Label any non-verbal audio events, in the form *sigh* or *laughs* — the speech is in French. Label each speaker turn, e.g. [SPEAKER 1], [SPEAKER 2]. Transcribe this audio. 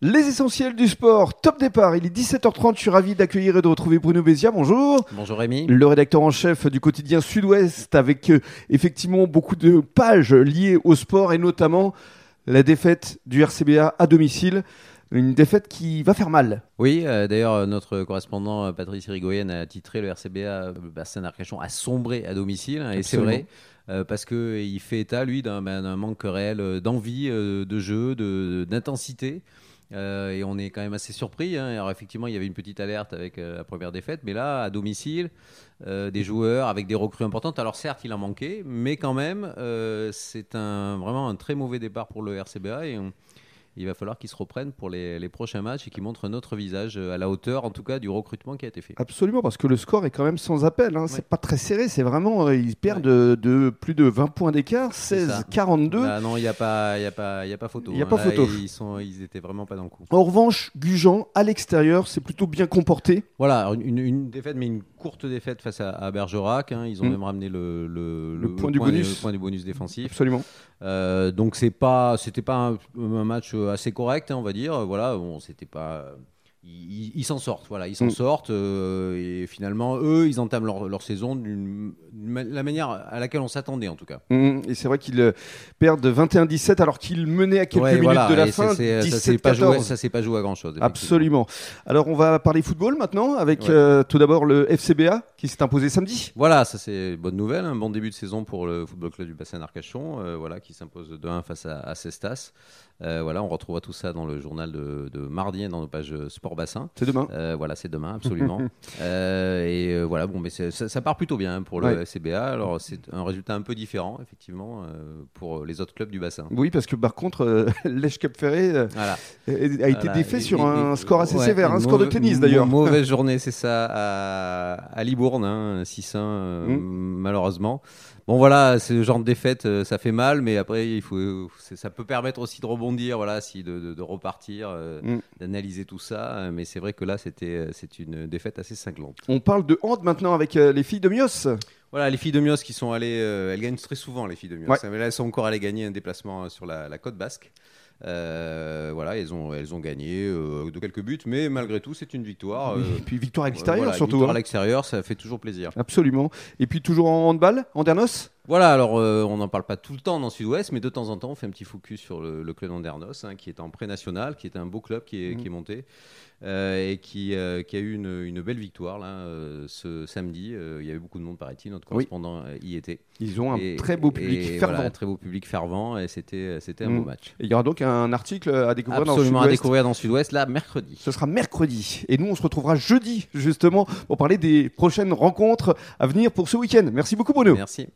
[SPEAKER 1] Les essentiels du sport, top départ, il est 17h30, je suis ravi d'accueillir et de retrouver Bruno Bézia, bonjour
[SPEAKER 2] Bonjour Rémi.
[SPEAKER 1] le rédacteur en chef du quotidien Sud-Ouest, avec euh, effectivement beaucoup de pages liées au sport et notamment la défaite du RCBA à domicile. Une défaite qui va faire mal.
[SPEAKER 2] Oui, euh, d'ailleurs, euh, notre correspondant euh, Patrice Irigoyen a titré le RCBA euh, Bastien Arcachon a sombré à domicile, hein, et c'est
[SPEAKER 1] Absolument.
[SPEAKER 2] vrai. euh, parce qu'il fait état, lui, d'un ben, d'un manque réel euh, d'envie, euh, de jeu, de- d'intensité. Euh, et on est quand même assez surpris. hein. Alors, effectivement, il y avait une petite alerte avec euh, la première défaite, mais là, à domicile, euh, des joueurs avec des recrues importantes. Alors, certes, il en manquait, mais quand même, euh, c'est un, vraiment un très mauvais départ pour le RCBA. Et on- il va falloir qu'ils se reprennent pour les, les prochains matchs et qu'ils montrent un autre visage euh, à la hauteur, en tout cas, du recrutement qui a été fait.
[SPEAKER 1] Absolument, parce que le score est quand même sans appel. hein.
[SPEAKER 2] Ouais.
[SPEAKER 1] C'est pas très serré, c'est vraiment. euh, Ils perdent euh, de plus de 20 points d'écart,
[SPEAKER 2] C'est ça.
[SPEAKER 1] 16-42.
[SPEAKER 2] Là, Bah non, il n'y a, pas- il y a, pas- il y a pas photo.
[SPEAKER 1] Il y a
[SPEAKER 2] hein.
[SPEAKER 1] pas
[SPEAKER 2] Là,
[SPEAKER 1] photo. Oh.
[SPEAKER 2] Ils, sont, ils étaient vraiment pas dans le coup.
[SPEAKER 1] En revanche, Gujan, à l'extérieur, c'est plutôt bien comporté.
[SPEAKER 2] Voilà, alors une, une défaite, mais une courte défaite face à, à Bergerac. hein. Ils ont
[SPEAKER 1] Mm.
[SPEAKER 2] même ramené le, le-
[SPEAKER 1] Le point du bonus.
[SPEAKER 2] le point du bonus défensif.
[SPEAKER 1] Absolument.
[SPEAKER 2] Euh, donc c'est pas, c'était pas un, un match euh, assez correct, hein, on va dire. Voilà, bon, c'était pas. Ils ils s'en sortent, voilà, ils s'en
[SPEAKER 1] Mm.
[SPEAKER 2] sortent. euh, et finalement, eux, ils entament leur, leur saison d'une d'une ma- la manière à laquelle on s'attendait, en tout cas.
[SPEAKER 1] Mhm, Et c'est vrai qu'ils euh, perdent 21-17 alors qu'ils menaient à quelques
[SPEAKER 2] Ouais,
[SPEAKER 1] minutes
[SPEAKER 2] voilà,
[SPEAKER 1] de la
[SPEAKER 2] et
[SPEAKER 1] fin.
[SPEAKER 2] ça, c'est- ça s'est pas joué,
[SPEAKER 1] 17-14.
[SPEAKER 2] ça s'est pas joué à grand chose.
[SPEAKER 1] Absolument. Alors on va parler football maintenant avec
[SPEAKER 2] Ouais.
[SPEAKER 1] euh, tout d'abord le FCBA qui s'est imposé samedi.
[SPEAKER 2] Voilà, ça c'est bonne nouvelle, un bon début de saison pour le Football Club du Bassin Arcachon, euh, voilà, qui s'impose de 1 face à, à Cestas. Euh, voilà, on retrouvera tout ça dans le journal de, de mardi et dans nos pages euh, Sport Bassin.
[SPEAKER 1] C'est demain.
[SPEAKER 2] Euh, voilà,
[SPEAKER 1] *laughs*
[SPEAKER 2] c'est demain, absolument. Euh, et euh, voilà, bon, mais c'est- ça, ça part plutôt bien hein, pour le
[SPEAKER 1] Ouais.
[SPEAKER 2] CBA. Alors, c'est un résultat un peu différent, effectivement, euh, pour les autres clubs du bassin.
[SPEAKER 1] Oui, parce que par contre, euh, *laughs* l'Èche Cap Ferré euh,
[SPEAKER 2] Voilà.
[SPEAKER 1] a été
[SPEAKER 2] Voilà,
[SPEAKER 1] défait
[SPEAKER 2] et-
[SPEAKER 1] sur
[SPEAKER 2] et-
[SPEAKER 1] un
[SPEAKER 2] et-
[SPEAKER 1] score assez
[SPEAKER 2] ouais,
[SPEAKER 1] sévère, un
[SPEAKER 2] une
[SPEAKER 1] score de
[SPEAKER 2] mauvaise-
[SPEAKER 1] tennis
[SPEAKER 2] une
[SPEAKER 1] d'ailleurs. *laughs*
[SPEAKER 2] Mauvaise journée, c'est ça, à, à Libourne, hein, 6-1, euh,
[SPEAKER 1] Mm.
[SPEAKER 2] malheureusement. Bon, voilà, ce genre de défaite, euh, ça fait mal, mais après, il faut, c'est- ça peut permettre aussi de rebondir, voilà, si, de, de- de repartir, euh,
[SPEAKER 1] Mm.
[SPEAKER 2] d'analyser tout ça. euh, Mais c'est vrai que là, c'était, euh, c'est une défaite assez cinglante.
[SPEAKER 1] On parle de hand maintenant avec euh, les filles de Mios.
[SPEAKER 2] Voilà, les filles de Mios qui sont allées, euh, elles gagnent très souvent les filles de Mios.
[SPEAKER 1] Ouais.
[SPEAKER 2] Mais là, elles sont encore allées gagner un déplacement euh, sur la, la côte basque. Euh, voilà, elles ont, elles ont gagné euh, de quelques buts, mais malgré tout, c'est une victoire. euh,
[SPEAKER 1] Et puis victoire à
[SPEAKER 2] euh,
[SPEAKER 1] l'extérieur
[SPEAKER 2] voilà,
[SPEAKER 1] surtout.
[SPEAKER 2] victoire à
[SPEAKER 1] hein.
[SPEAKER 2] l'extérieur, ça fait toujours plaisir.
[SPEAKER 1] Absolument. Et puis toujours en handball, Andernos.
[SPEAKER 2] Voilà, alors euh, on n'en parle pas tout le temps dans Sud-Ouest, mais de temps en temps, on fait un petit focus sur le, le club d'Andernos, hein, qui est en pré-national, qui est un beau club qui est,
[SPEAKER 1] Mm.
[SPEAKER 2] qui est monté euh, et qui, euh, qui a eu une, une belle victoire là, euh, ce samedi. Euh, il y avait beaucoup de monde, paraît-il. Notre
[SPEAKER 1] Oui.
[SPEAKER 2] correspondant euh, y était.
[SPEAKER 1] Ils ont un
[SPEAKER 2] Et-
[SPEAKER 1] très beau public
[SPEAKER 2] et
[SPEAKER 1] fervent.
[SPEAKER 2] voilà, un très beau public fervent et c'était c'était un
[SPEAKER 1] Mm.
[SPEAKER 2] beau match.
[SPEAKER 1] Et il y aura donc un article à découvrir
[SPEAKER 2] Absolument
[SPEAKER 1] dans
[SPEAKER 2] à
[SPEAKER 1] le Sud-Ouest.
[SPEAKER 2] découvrir dans Sud-Ouest là mercredi.
[SPEAKER 1] Ce sera mercredi. Et nous, on se retrouvera jeudi, justement, pour parler des prochaines rencontres à venir pour ce week-end. Merci beaucoup, Bruno.
[SPEAKER 2] Merci.